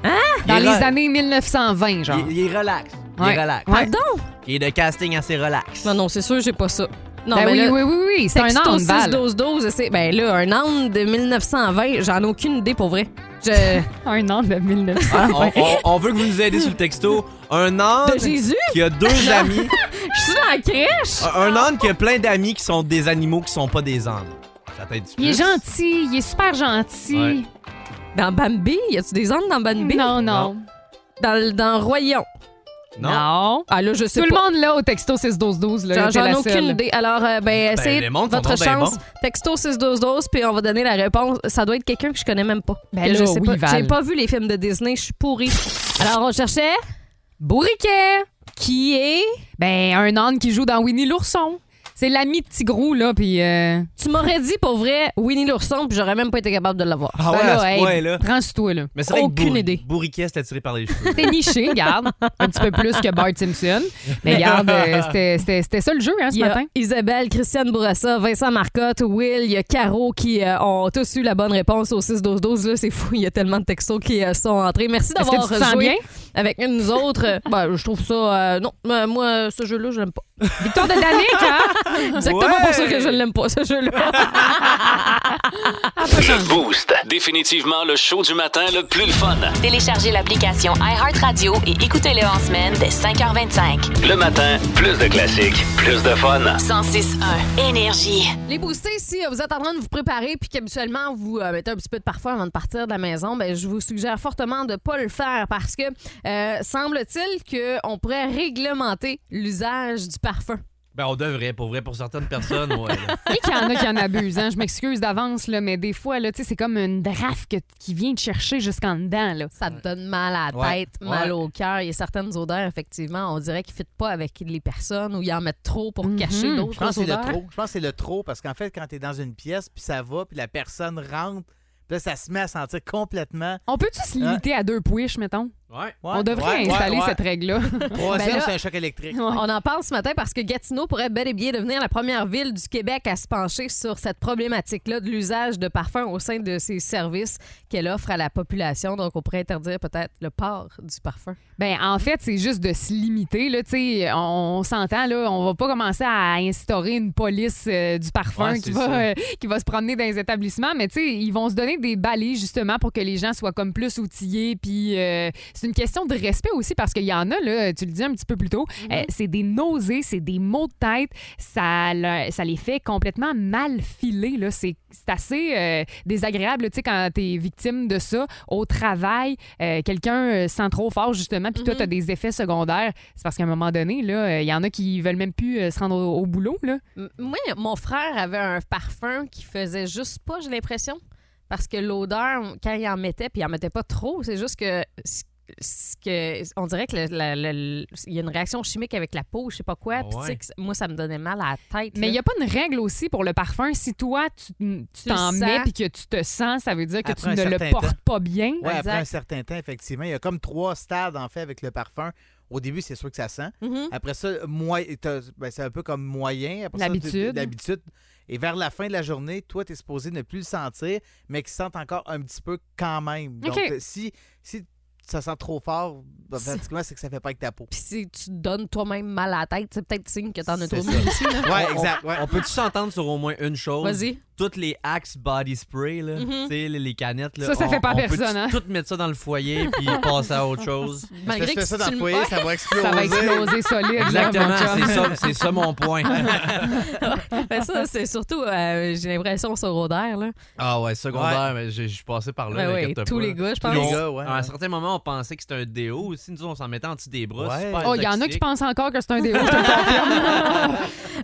Speaker 7: Hein?
Speaker 6: Dans les années 1920 genre.
Speaker 7: Il, il est relax. Il
Speaker 6: Ouais.
Speaker 7: est relax.
Speaker 6: Ouais.
Speaker 5: Pardon?
Speaker 7: Il est de casting assez relax.
Speaker 5: Non, non, c'est sûr, j'ai pas ça. Non,
Speaker 6: Ben
Speaker 5: mais
Speaker 6: oui,
Speaker 5: là,
Speaker 6: oui, oui, oui, c'est un
Speaker 5: Texto
Speaker 6: âne,
Speaker 5: 6
Speaker 6: Val.
Speaker 5: 12 12, c'est ben là un âne de 1920, j'en ai aucune idée pour vrai. Je
Speaker 6: Un âne de 1900.
Speaker 7: Ah, on, on- on veut que vous nous aidiez sur le texto. Un âne
Speaker 5: de Jésus,
Speaker 7: qui a deux amis.
Speaker 5: je suis dans la crèche.
Speaker 7: Un- Un âne qui a plein d'amis qui sont des animaux qui sont pas des ânes. Ça t'aide
Speaker 6: Il est gentil, il est super gentil.
Speaker 5: Dans Bambi, y a-tu des ânes dans Bambi
Speaker 6: Non, non.
Speaker 7: Non.
Speaker 5: Dans le- dans Royon.
Speaker 7: Non.
Speaker 6: Non.
Speaker 5: Ah là, je sais
Speaker 6: Tout le
Speaker 5: pas.
Speaker 6: monde là au texto 61212 là,
Speaker 5: J'en-
Speaker 6: était
Speaker 5: J'en ai
Speaker 6: la
Speaker 5: aucune
Speaker 6: seule.
Speaker 5: idée. Alors, euh, ben, c'est
Speaker 7: les mondes sont
Speaker 5: votre
Speaker 7: donc ben
Speaker 5: chance.
Speaker 7: bons.
Speaker 5: Texto 61212, puis on va donner la réponse. Ça doit être quelqu'un que je connais même pas.
Speaker 6: Ben
Speaker 5: Que
Speaker 6: là,
Speaker 5: je sais
Speaker 6: oui,
Speaker 5: pas.
Speaker 6: Val.
Speaker 5: J'ai pas vu les films de Disney, je suis pourrie. Alors, on cherchait Bourriquet, qui est...
Speaker 6: Ben un âne qui joue dans Winnie l'ourson. C'est l'ami de Tigrou là puis euh,
Speaker 5: Tu m'aurais dit, pour vrai, Winnie l'ourson, puis j'aurais même pas été capable de l'avoir.
Speaker 7: Ah ouais,
Speaker 6: ben
Speaker 7: à ce
Speaker 6: hey,
Speaker 7: point-là.
Speaker 6: prends-toi là.
Speaker 7: Mais c'est vrai que
Speaker 5: aucune
Speaker 7: Bourri-
Speaker 5: idée.
Speaker 7: Bourriquet, c'était tiré par les cheveux.
Speaker 6: C'était niché, regarde. Un petit peu plus que Bart Simpson. Mais regarde, euh, c'était- c'était c'était ça le jeu hein, ce
Speaker 5: Il y a
Speaker 6: matin.
Speaker 5: Isabelle, Christiane Bourassa, Vincent Marcotte, Will, il y a Caro qui euh, ont tous eu la bonne réponse au 6-12-12. Là, c'est fou, il y a tellement de textos qui euh, sont entrés. Merci
Speaker 6: Est-ce que
Speaker 5: d'avoir
Speaker 6: tu te sens
Speaker 5: joué
Speaker 6: bien?
Speaker 5: avec nous autres. Ben, je trouve ça... euh, non, euh, moi, euh, ce jeu-là, je l'aime pas.
Speaker 6: Victoire de Danick, hein?
Speaker 5: Exactement
Speaker 7: Ouais!
Speaker 5: pour ça que je l'aime pas, ce jeu-là.
Speaker 2: Le Boost. Définitivement le show du matin le plus le fun.
Speaker 1: Téléchargez l'application iHeartRadio et écoutez-le en semaine dès 5h25.
Speaker 2: Le matin, plus de classiques, plus de fun.
Speaker 1: Ah. 106.1 Énergie.
Speaker 5: Les boostés, si euh, vous êtes en train de vous préparer puis qu'habituellement vous euh, mettez un petit peu de parfum avant de partir de la maison, ben, je vous suggère fortement de ne pas le faire parce que euh, semble-t-il qu'on pourrait réglementer l'usage du parfum.
Speaker 7: Ben, on devrait, pour vrai, pour certaines personnes, ouais. là.
Speaker 6: Et qu'il y en a qui en abusent, hein. je m'excuse d'avance, là, mais des fois, là, tu sais, c'est comme une draft que- qui vient te chercher jusqu'en dedans. Là.
Speaker 5: Ça te donne mal à la
Speaker 7: Ouais.
Speaker 5: tête, mal
Speaker 7: Ouais.
Speaker 5: au cœur. Il y a certaines odeurs, effectivement, on dirait qu'ils ne fitent pas avec les personnes ou ils en mettent trop pour cacher
Speaker 6: Mhm.
Speaker 10: Je
Speaker 5: d'autres
Speaker 10: pense que c'est le
Speaker 5: odeurs.
Speaker 10: trop. Je pense que c'est le trop parce qu'en fait, quand tu es dans une pièce, puis ça va, puis la personne rentre, puis là, ça se met à sentir complètement. Hein?
Speaker 6: On peut-tu se limiter à deux puiches, mettons?
Speaker 7: Ouais.
Speaker 6: On devrait installer cette
Speaker 10: cette
Speaker 6: règle-là.
Speaker 10: Troisième,
Speaker 5: Ben là-
Speaker 10: c'est un choc électrique.
Speaker 5: On en parle ce matin parce que Gatineau pourrait bel et bien devenir la première ville du Québec à se pencher sur cette problématique-là de l'usage de parfums au sein de ses services qu'elle offre à la population. Donc, on pourrait interdire peut-être le port du parfum.
Speaker 6: Ben, en fait, c'est juste de se limiter. Là, tu sais, on on s'entend, là, on va pas commencer à instaurer une police euh, du parfum
Speaker 7: Ouais, c'est
Speaker 6: qui, va,
Speaker 7: ça.
Speaker 6: euh, qui va se promener dans les établissements, mais tu sais, ils vont se donner des balais justement pour que les gens soient comme plus outillés. Puis euh, c'est une question de respect aussi parce qu'il y en a, là, tu le dis un petit peu plus tôt, euh, c'est des nausées, c'est des maux de tête, ça, le- ça les fait complètement mal filer. Là. C'est, c'est assez euh, désagréable tu sais, quand tu es victime de ça au travail, euh, quelqu'un euh, sent trop fort justement, puis toi, tu as des effets secondaires. C'est parce qu'à un moment donné, là, euh, il y en a qui veulent même plus euh, se rendre au, au boulot. Là.
Speaker 5: M- Moi, mon frère avait un parfum qui faisait juste pas, j'ai l'impression. Parce que l'odeur, quand il en mettait, puis il en mettait pas trop, c'est juste que. ce- ce que- on dirait que le- la- la- le- il y a une réaction chimique avec la peau, je sais pas quoi. Puis tu sais
Speaker 7: Ouais.
Speaker 5: que c- moi, ça me donnait mal à la tête.
Speaker 6: Mais il
Speaker 5: là.
Speaker 6: n'y a pas une règle aussi pour le parfum. Si toi, tu, tu
Speaker 5: Tu
Speaker 6: t'en
Speaker 5: le
Speaker 6: mets
Speaker 5: sens.
Speaker 6: puis que tu te sens, ça veut dire que
Speaker 10: Après un
Speaker 6: tu ne le
Speaker 10: certain
Speaker 6: portes
Speaker 10: temps.
Speaker 6: pas bien.
Speaker 10: Ouais, après
Speaker 5: Exact.
Speaker 10: un certain temps, effectivement. Il y a comme trois stades, en fait, avec le parfum. Au début, c'est sûr que ça sent.
Speaker 5: Mhm.
Speaker 10: Après ça, moi, t'as- ben, c'est un peu comme moyen. Après ça,
Speaker 6: L'habitude.
Speaker 10: tu- L'habitude. Et vers la fin de la journée, toi, tu es supposé ne plus le sentir, mais qu'il sente encore un petit peu quand même. Donc,
Speaker 6: OK.
Speaker 10: euh, si, si ça sent trop fort, ben,
Speaker 5: C'est-
Speaker 10: pratiquement, c'est que ça fait pas avec ta peau.
Speaker 5: Puis si tu te donnes toi-même mal à la tête, c'est peut-être signe que t'en as trop
Speaker 10: C'est
Speaker 5: mis.
Speaker 10: ça. Ouais, exact. ouais.
Speaker 7: On peut-tu s'entendre sur au moins une chose?
Speaker 5: Vas-y.
Speaker 7: Toutes les Axe Body Spray, là,
Speaker 5: Mhm.
Speaker 7: tu sais, les, les canettes. Là,
Speaker 6: Ça, ça
Speaker 7: on-
Speaker 6: fait pas
Speaker 7: on peut-tu
Speaker 6: personne, hein?
Speaker 7: Toutes mettre ça dans le foyer puis passer à autre chose.
Speaker 10: Parce que
Speaker 5: Malgré
Speaker 10: tu
Speaker 5: que
Speaker 10: fais
Speaker 5: si
Speaker 10: ça dans
Speaker 5: tu
Speaker 10: le
Speaker 5: le-
Speaker 10: foyer, ça va exploser.
Speaker 6: Ça va exploser solide. là,
Speaker 7: Exactement,
Speaker 6: mon chum.
Speaker 7: c'est ça, c'est ça mon point.
Speaker 5: Ben ça, c'est surtout, euh, j'ai l'impression, sur Odeur. Là.
Speaker 7: ah ouais, secondaire, mais j'ai- je suis passé par là.
Speaker 5: Ben oui,
Speaker 7: inquiète-toi
Speaker 5: tous
Speaker 7: pas.
Speaker 5: les gars, je
Speaker 10: Tous les
Speaker 5: pense.
Speaker 10: gars, ouais.
Speaker 7: À un certain moment, on pensait que c'était un déo aussi. Nous, on s'en mettait en dessous des bras.
Speaker 10: Ouais.
Speaker 7: super
Speaker 6: Oh, il y en a qui
Speaker 7: toxique.
Speaker 6: pensent encore que c'est un déo.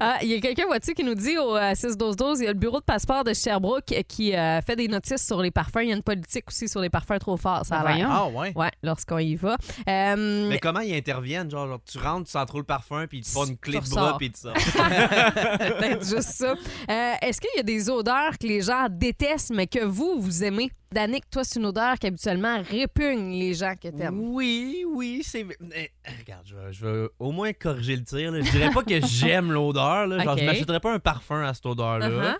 Speaker 5: Ah, Il y a quelqu'un, vois-tu, qui nous dit au euh, 6-12-12, il y a le bureau de passeport de Sherbrooke qui euh, fait des notices sur les parfums. Il y a une politique aussi sur les parfums trop forts. Ça a l'air.
Speaker 6: Voyons.
Speaker 10: Ah, ouais.
Speaker 5: Ouais, lorsqu'on y va. Euh,
Speaker 7: Mais comment ils interviennent? Genre, genre, tu rentres, tu sens trop le parfum, puis ils te font une clé
Speaker 5: Tu
Speaker 7: de
Speaker 5: ressors.
Speaker 7: bras, puis tu sors.
Speaker 5: peut-être ben, juste ça. Euh, Est-ce qu'il y a des odeurs que les gens détestent, mais que vous, vous aimez? Danick, toi, c'est une odeur qui habituellement répugne les gens que t'aimes.
Speaker 7: Oui, oui, c'est. Mais, regarde, je vais, je vais au moins corriger le tir. là. Je dirais pas que j'aime l'odeur. là. Genre,
Speaker 5: Ok.
Speaker 7: je m'achèterais pas un parfum à cette odeur-là.
Speaker 5: Uh-huh.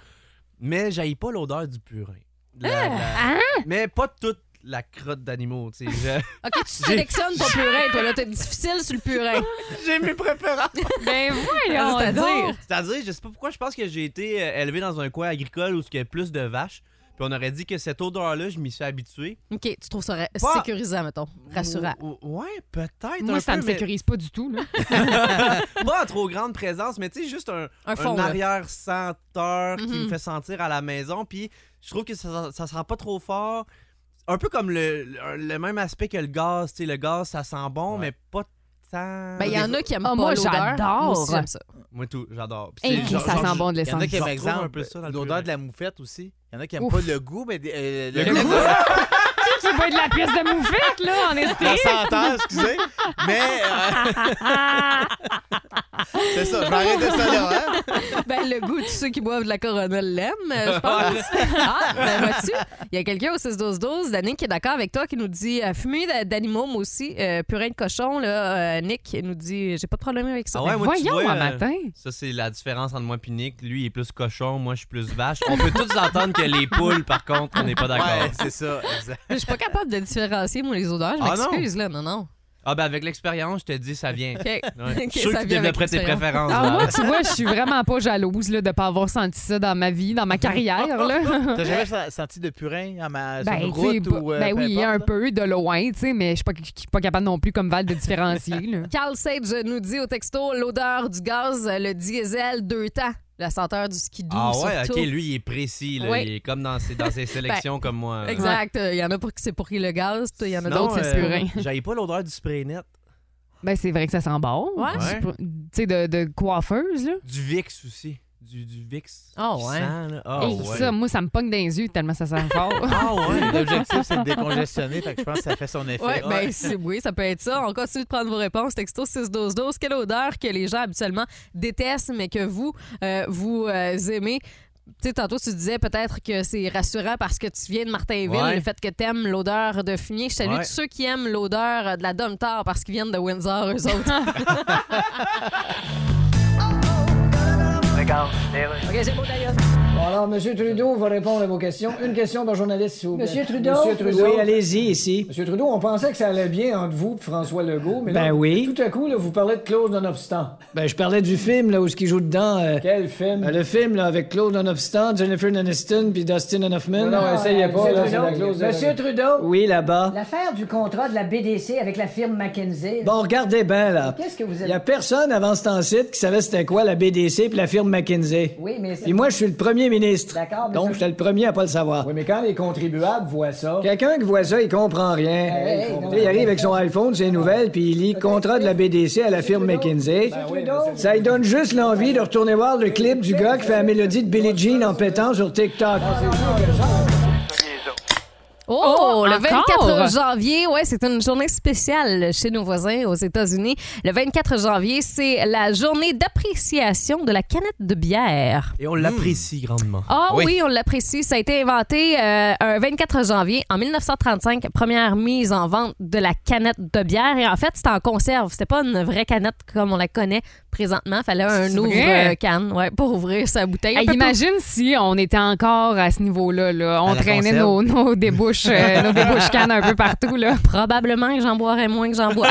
Speaker 7: Mais j'aille pas l'odeur du purin. La-
Speaker 6: Ah,
Speaker 7: la-
Speaker 6: hein?
Speaker 7: Mais pas toute la crotte d'animaux. tu sais. Je-
Speaker 5: OK, tu sélectionnes ton purin, toi. Là, t'es difficile sur le purin.
Speaker 7: J'ai mes préférences.
Speaker 6: ben voyons donc.
Speaker 5: C'est-à-dire...
Speaker 7: C'est-à-dire, je sais pas pourquoi, je pense que j'ai été euh, élevé dans un coin agricole où il y a plus de vaches. Puis on aurait dit que cette odeur-là, je m'y suis habitué.
Speaker 5: OK, tu trouves ça ra-
Speaker 7: Pas-
Speaker 5: sécurisant, mettons, rassurant.
Speaker 7: Ou- ou- Ouais, peut-être.
Speaker 6: Moi,
Speaker 7: un
Speaker 6: ça
Speaker 7: peu,
Speaker 6: me
Speaker 7: mais-
Speaker 6: sécurise pas du tout. Là.
Speaker 7: pas en trop grande présence, mais tu sais, juste un,
Speaker 5: Un fond, là.
Speaker 7: arrière-senteur qui
Speaker 5: Mhm.
Speaker 7: me fait sentir à la maison. Puis je trouve que ça, ça sent pas trop fort. Un peu comme le, le, le même aspect que le gaz. Tu sais, le gaz, ça sent bon, mais pas tant.
Speaker 5: Ben, il y en a qui aiment
Speaker 6: Ah,
Speaker 5: pas
Speaker 6: moi,
Speaker 5: l'odeur.
Speaker 6: j'adore.
Speaker 5: Moi aussi, j'aime ça.
Speaker 7: Moi, tout, j'adore. Puis
Speaker 6: Hey,
Speaker 7: c'est genre-
Speaker 6: ça
Speaker 7: genre-
Speaker 6: sent bon de
Speaker 10: Il y en
Speaker 6: l'essence.
Speaker 10: a qui
Speaker 7: Je
Speaker 10: aiment,
Speaker 7: retrouve un
Speaker 10: exemple,
Speaker 7: peu ça dans le
Speaker 10: l'odeur
Speaker 7: purée.
Speaker 10: de la moufette aussi. Il y en a qui aiment
Speaker 6: Ouf.
Speaker 10: pas le goût, mais des- euh, le,
Speaker 7: Le
Speaker 10: goût
Speaker 7: goût.
Speaker 6: C'est pas de la pièce de moufette, là, en
Speaker 10: la
Speaker 6: esthétique.
Speaker 10: senteur, excusez. Mais. euh, c'est ça, je vais arrêter ça là. Hein?
Speaker 5: Ben, le goût de ceux qui boivent de la Corona l'aiment, euh, je pense. Ah, ben vois-tu, il y a quelqu'un au 6-12-12, la Nick, qui est d'accord avec toi, qui nous dit euh, fumée d'a- d'animaux, moi aussi, euh, purin de cochon, là, euh, Nick il nous dit j'ai pas de problème avec ça.
Speaker 7: Ah ouais, moi, tu
Speaker 6: Voyons,
Speaker 7: vois,
Speaker 6: un
Speaker 7: euh,
Speaker 6: matin.
Speaker 7: Ça, c'est la différence entre moi et Nick. Lui, il est plus cochon, moi, je suis plus vache. On peut tous entendre que les poules, par contre, on n'est pas d'accord.
Speaker 10: Ouais, c'est ça, exact.
Speaker 5: Je suis pas capable de différencier, moi, les odeurs. Je
Speaker 7: Ah,
Speaker 5: m'excuse, là. Non, non.
Speaker 7: Ah, ben, avec l'expérience, je te dis, ça vient.
Speaker 5: OK.
Speaker 7: Ouais.
Speaker 5: Ok, ça
Speaker 7: Ceux qui
Speaker 5: vient avec
Speaker 7: développeraient tes
Speaker 5: l'expérience.
Speaker 7: préférences.
Speaker 6: Ah,
Speaker 7: là.
Speaker 6: moi, tu vois, je suis vraiment pas jalouse là, de pas avoir senti ça dans ma vie, dans ma carrière. Là.
Speaker 10: T'as jamais sa- senti de purin à ma sur une
Speaker 6: Ben, tu sais,
Speaker 10: route ou. euh,
Speaker 6: ben
Speaker 10: peu
Speaker 6: oui,
Speaker 10: importe,
Speaker 6: un
Speaker 10: là?
Speaker 6: peu de loin, tu sais, mais je suis pas, je suis pas capable non plus comme Val de différencier. là.
Speaker 5: Carl Sage nous dit au texto l'odeur du gaz, le diesel, deux temps. La senteur du ski doux,
Speaker 7: Ah ouais,
Speaker 5: surtout.
Speaker 7: ok, lui il est précis, là.
Speaker 5: Oui.
Speaker 7: il est comme dans ses, dans ses sélections comme moi.
Speaker 5: Exact. Il y en a pour qui c'est pour qui le gaz, toi, il y en a
Speaker 7: Sinon,
Speaker 5: d'autres, c'est
Speaker 7: euh,
Speaker 5: purin.
Speaker 7: J'avais pas l'odeur du spray net.
Speaker 6: Ben, c'est vrai que ça sent bon.
Speaker 5: Ouais.
Speaker 7: Ouais.
Speaker 6: Tu sais, de, de coiffeuse, là.
Speaker 7: Du VIX aussi. Du, du VIX.
Speaker 5: Ah
Speaker 7: qui
Speaker 5: ouais.
Speaker 7: sent, là. Ah
Speaker 6: Et
Speaker 7: ouais.
Speaker 6: ça, moi, ça me pogne dans les yeux tellement ça sent fort.
Speaker 7: Ah ouais.
Speaker 10: L'objectif, c'est de décongestionner, fait que je pense que ça fait son effet.
Speaker 5: Ouais, ben, c'est- oui, ça peut être ça. On continue de prendre vos réponses. Texto 61212. Quelle odeur que les gens habituellement détestent, mais que vous, euh, vous euh, aimez? Tu sais, tantôt, tu disais peut-être que c'est rassurant parce que tu viens de Martinville,
Speaker 7: Ouais.
Speaker 5: le fait que t'aimes l'odeur de fumier. Je salue
Speaker 7: Ouais.
Speaker 5: tous ceux qui aiment l'odeur euh, de la Domtar parce qu'ils viennent de Windsor, eux autres.
Speaker 8: Bon, alors, M. Trudeau va répondre à vos questions. Une question par journaliste, s'il vous plaît. M. Trudeau. M. Trudeau.
Speaker 9: Oui, allez-y ici.
Speaker 8: Monsieur Trudeau, on pensait que ça allait bien entre vous et François Legault, mais
Speaker 9: Ben
Speaker 8: là,
Speaker 9: oui.
Speaker 8: tout à coup, là, vous parlez de clause nonobstant.
Speaker 9: Ben, je parlais du film, là, où ce qu'il joue dedans. euh,
Speaker 8: Quel film?
Speaker 9: euh, le film, là, avec Claude Nonobstant, Jennifer Aniston puis Dustin Hoffman.
Speaker 8: Non, non, essayez pas, là, Ah, c'est
Speaker 9: Trudeau.
Speaker 8: la clause.
Speaker 9: Monsieur
Speaker 8: Trudeau!
Speaker 9: Oui, là-bas.
Speaker 8: L'affaire du contrat de la BDC avec la firme McKenzie.
Speaker 9: Bon, regardez bien, là.
Speaker 8: Qu'est-ce que vous
Speaker 9: Il
Speaker 8: avez-
Speaker 9: y a personne avant ce temps-ci qui savait c'était quoi la BDC puis la firme McKinsey.
Speaker 8: Oui, mais c'est-
Speaker 9: Puis moi, je suis le premier ministre.
Speaker 8: D'accord, mais ça-
Speaker 9: Donc, j'étais le premier à pas le savoir.
Speaker 8: Oui, mais quand les contribuables voient ça.
Speaker 9: Quelqu'un qui voit ça, il comprend rien.
Speaker 8: Hey, hey,
Speaker 9: Tu sais,
Speaker 8: non,
Speaker 9: il
Speaker 8: non,
Speaker 9: arrive
Speaker 8: non.
Speaker 9: avec son iPhone, ses nouvelles, puis il lit contrat de la BDC à la firme
Speaker 8: Trudeau.
Speaker 9: McKinsey.
Speaker 8: Ben oui, monsieur
Speaker 9: Ça lui donne juste l'envie de retourner voir le clip du gars qui fait la mélodie de Billie Jean en pétant sur TikTok.
Speaker 5: Oh,
Speaker 6: Oh,
Speaker 5: le
Speaker 6: encore?
Speaker 5: 24 janvier, ouais, c'est une journée spéciale chez nos voisins aux États-Unis. Le 24 janvier, c'est la journée d'appréciation de la canette de bière.
Speaker 7: Et on l'apprécie grandement.
Speaker 5: Hmm. Ah oui.
Speaker 10: Oui.
Speaker 5: on l'apprécie. Ça a été inventé euh, un 24 janvier en 1935, première mise en vente de la canette de bière. Et en fait, c'était en conserve. C'était pas une vraie canette comme on la connaît présentement. Fallait un
Speaker 6: C'est
Speaker 5: ouvre
Speaker 6: vrai?
Speaker 5: euh, canne ouais, pour ouvrir sa bouteille.
Speaker 6: Hey,
Speaker 5: Un peu
Speaker 6: imagine si on était encore à ce niveau-là. là. On
Speaker 10: la
Speaker 6: traînait nos,
Speaker 10: conserve.
Speaker 6: nos débouches, euh, nos débouches cannes un peu partout. Là.
Speaker 5: plus- Probablement que j'en boirais moins que j'en bois.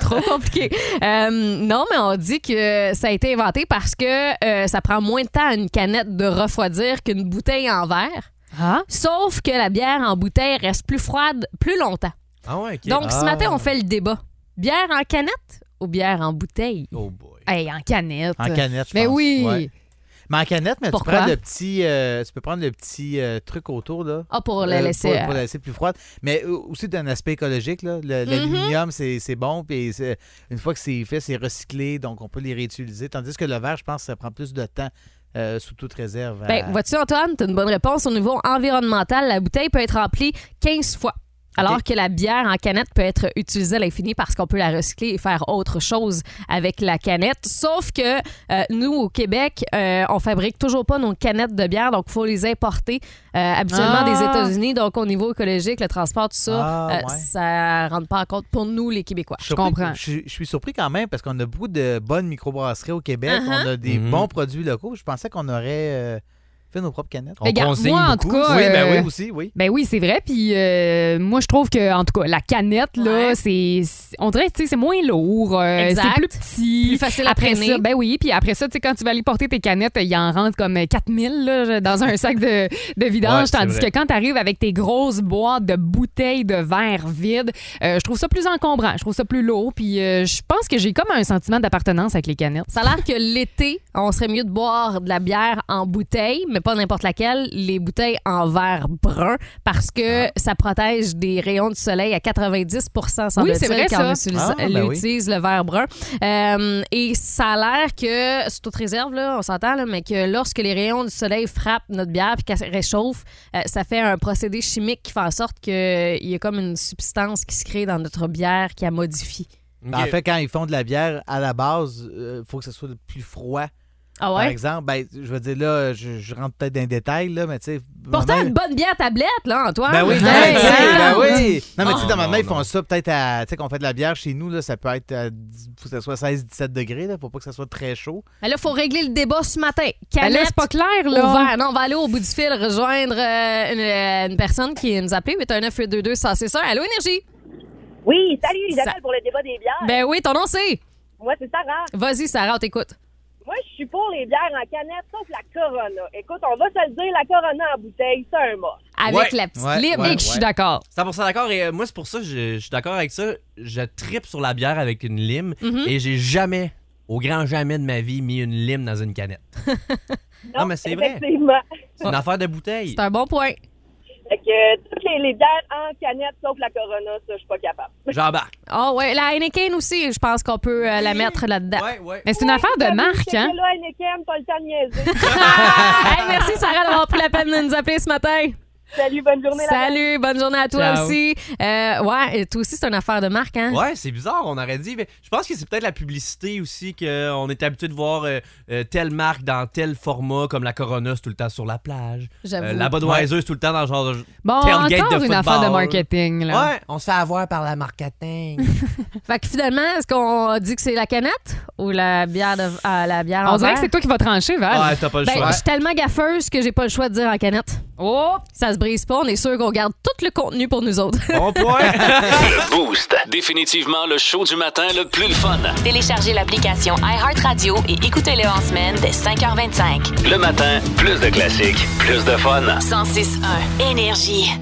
Speaker 5: Trop compliqué. Euh, non, mais on dit que ça a été inventé parce que euh, ça prend moins de temps à une canette de refroidir qu'une bouteille en verre.
Speaker 6: Ah?
Speaker 5: Sauf que la bière en bouteille reste plus froide plus longtemps.
Speaker 7: Ah ouais, ok.
Speaker 5: Donc, ce
Speaker 7: Ah.
Speaker 5: matin, on fait le débat. Bière en canette ou bière en bouteille?
Speaker 7: Oh boy.
Speaker 6: Hey, en canette.
Speaker 10: En canette, je
Speaker 6: Mais Ben
Speaker 10: pense.
Speaker 6: oui.
Speaker 10: Ouais. Mais en canette, mais
Speaker 5: Pourquoi?
Speaker 10: tu prends le petit, euh, tu peux prendre le petit euh, truc autour là.
Speaker 5: Ah, pour la
Speaker 10: Euh,
Speaker 5: laisser.
Speaker 10: pour, pour la laisser plus froide. Mais euh, aussi d'un aspect écologique, là. Le- l'aluminium, c'est- c'est bon. Puis c'est- une fois que c'est fait, c'est recyclé, donc on peut les réutiliser. Tandis que le verre, je pense que ça prend plus de temps euh, sous toute réserve. à-
Speaker 5: Ben, vois-tu, Antoine, t'as une bonne réponse. Au niveau environnemental, la bouteille peut être remplie 15 fois. Alors que la bière en canette peut être utilisée à l'infini parce qu'on peut la recycler et faire autre chose avec la canette. Sauf que euh, nous, au Québec, euh, on fabrique toujours pas nos canettes de bière, donc il faut les importer euh, habituellement
Speaker 6: Ah.
Speaker 5: des États-Unis. Donc au niveau écologique, le transport, tout ça,
Speaker 10: Ah,
Speaker 5: euh,
Speaker 10: ouais.
Speaker 5: ça rentre pas en compte pour nous, les Québécois.
Speaker 10: suis surpris-
Speaker 6: comprends.
Speaker 10: Je, suis- je suis surpris quand même parce qu'on a beaucoup de bonnes microbrasseries au Québec. On a des
Speaker 7: Mhm.
Speaker 10: bons produits locaux. Je pensais qu'on aurait euh, fait nos propres canettes.
Speaker 6: Mais regarde,
Speaker 7: consigne
Speaker 6: Ben, moi, en
Speaker 7: beaucoup.
Speaker 6: tout cas,
Speaker 10: oui,
Speaker 6: euh,
Speaker 10: ben oui, aussi, oui.
Speaker 6: Ben oui, c'est vrai. Puis euh, moi, je trouve que, en tout cas, la canette, là, c'est. c'est- On dirait, tu sais, c'est moins lourd. euh,
Speaker 5: Exact.
Speaker 6: c'est plus petit.
Speaker 5: Plus facile à
Speaker 6: après
Speaker 5: traîner.
Speaker 6: ça, Ben oui. Puis après ça, tu sais, quand tu vas aller porter tes canettes, il en rentre comme 4000 là, dans un sac de, de vidange.
Speaker 7: Ouais, c'est
Speaker 6: tandis
Speaker 7: vrai.
Speaker 6: que quand tu arrives avec tes grosses boîtes de bouteilles de verre vide, euh, je trouve ça plus encombrant. Je trouve ça plus lourd. Puis euh, je pense que j'ai comme un sentiment d'appartenance avec les canettes.
Speaker 5: Ça a l'air que l'été, on serait mieux de boire de la bière en bouteille, mais pas n'importe laquelle, les bouteilles en verre brun, parce
Speaker 10: Ah.
Speaker 5: que ça protège des rayons du soleil à 90 semble-t-il,
Speaker 6: c'est vrai,
Speaker 5: quand
Speaker 6: ça.
Speaker 5: on utilise,
Speaker 10: Ah, ben oui.
Speaker 5: l'utilise, le verre brun. Euh, et ça a l'air que, c'est toute réserve, là, on s'entend, là, mais que lorsque les rayons du soleil frappent notre bière puis qu'elle réchauffe, euh, ça fait un procédé chimique qui fait en sorte qu'il y a comme une substance qui se crée dans notre bière qui a modifié.
Speaker 7: Ok.
Speaker 10: Ben, En fait, quand ils font de la bière, à la base, il faut que ce soit le plus froid.
Speaker 5: Ah
Speaker 10: Par
Speaker 5: ouais?
Speaker 10: exemple, ben, je veux dire, là, je, je rentre peut-être dans les détails, là, mais tu sais.
Speaker 5: Pourtant,
Speaker 10: maman-
Speaker 5: une bonne bière tablette, là, Antoine.
Speaker 10: Ben oui, non,
Speaker 5: Hey,
Speaker 10: mais tu sais,
Speaker 5: hey,
Speaker 10: ben
Speaker 5: hey.
Speaker 10: oui. Non, mais tu sais, dans
Speaker 7: Non,
Speaker 10: ma main, ils
Speaker 7: non.
Speaker 10: font ça peut-être à. Tu sais, qu'on fait de la bière chez nous, là, ça peut être à. dix- Faut que ça soit 16-17 degrés, là. Faut pas que ça soit très chaud.
Speaker 5: Mais Ben là, il faut régler le débat ce matin.
Speaker 6: Ben là,
Speaker 5: Canette
Speaker 6: c'est pas clair,
Speaker 5: ou
Speaker 6: là.
Speaker 5: verre? Non, on va aller au bout du fil rejoindre euh, une, euh, une personne qui nous a appelé 819 ça c'est ça. Allô, Énergie?
Speaker 11: Oui, salut,
Speaker 5: Ça-
Speaker 11: Isabelle, pour le débat des bières.
Speaker 5: Ben oui, ton nom c'est?
Speaker 11: Moi, c'est Sarah.
Speaker 5: Vas-y, Sarah, on t'écoute.
Speaker 11: Moi, je suis pour les bières en canette, sauf la Corona. Écoute, on va se le dire, la Corona en bouteille, c'est un mort.
Speaker 5: Avec
Speaker 7: Ouais,
Speaker 5: la petite
Speaker 10: ouais,
Speaker 5: libre.
Speaker 10: ouais,
Speaker 6: Et que je suis d'accord.
Speaker 7: 100% d'accord. Et euh, moi, c'est pour ça que je, je suis d'accord avec ça. Je tripe sur la bière avec une lime
Speaker 5: Mhm.
Speaker 7: et j'ai jamais, au grand jamais de ma vie, mis une lime dans une canette. non, mais c'est vrai.
Speaker 11: Effectivement.
Speaker 7: C'est une affaire de bouteille.
Speaker 5: C'est un bon point.
Speaker 11: Fait que euh, toutes les, les bières en canette, sauf la Corona, ça, je suis pas capable.
Speaker 7: J'embarque.
Speaker 5: Ah ouais, la Heineken aussi, je pense qu'on peut euh, la mettre là-dedans.
Speaker 6: Mais c'est une affaire de marque, hein?
Speaker 11: Là, Heineken, pas le temps de niaiser.
Speaker 5: Hey, merci Sarah d'avoir pris la peine de nous appeler ce matin.
Speaker 11: Salut, bonne journée. la
Speaker 5: Salut, bonne journée à toi
Speaker 7: Ciao.
Speaker 5: aussi. Euh, ouais, et toi aussi, c'est une affaire de marque, hein?
Speaker 7: Ouais, c'est bizarre, on aurait dit. Mais je pense que c'est peut-être la publicité aussi qu'on est habitué de voir euh, euh, telle marque dans tel format, comme la Corona, c'est tout le temps sur la plage. Euh,
Speaker 5: J'avoue.
Speaker 7: la Budweiser, c'est tout le temps dans genre de
Speaker 6: Bon,
Speaker 7: tailgate
Speaker 6: encore
Speaker 7: de
Speaker 6: une affaire de
Speaker 7: football.
Speaker 6: marketing, là.
Speaker 7: Ouais, on se fait avoir par la marketing.
Speaker 5: Fait que finalement, est-ce qu'on dit que c'est la canette ou la bière de ah, la bière en
Speaker 6: On dirait que
Speaker 5: verre?
Speaker 6: c'est toi qui vas trancher, Val.
Speaker 7: ouais, t'as pas le
Speaker 5: Ben,
Speaker 7: choix.
Speaker 5: je suis tellement gaffeuse que j'ai pas le choix de dire en canette.
Speaker 6: Oh!
Speaker 5: Ça se brise pas, on est sûr qu'on garde tout le contenu pour nous autres.
Speaker 7: Bon point.
Speaker 2: Le Boost. Définitivement le show du matin le plus le fun.
Speaker 1: Téléchargez l'application iHeartRadio et écoutez-le en semaine dès 5h25.
Speaker 2: Le matin, plus de classiques, plus de fun.
Speaker 1: 106.1 Énergie.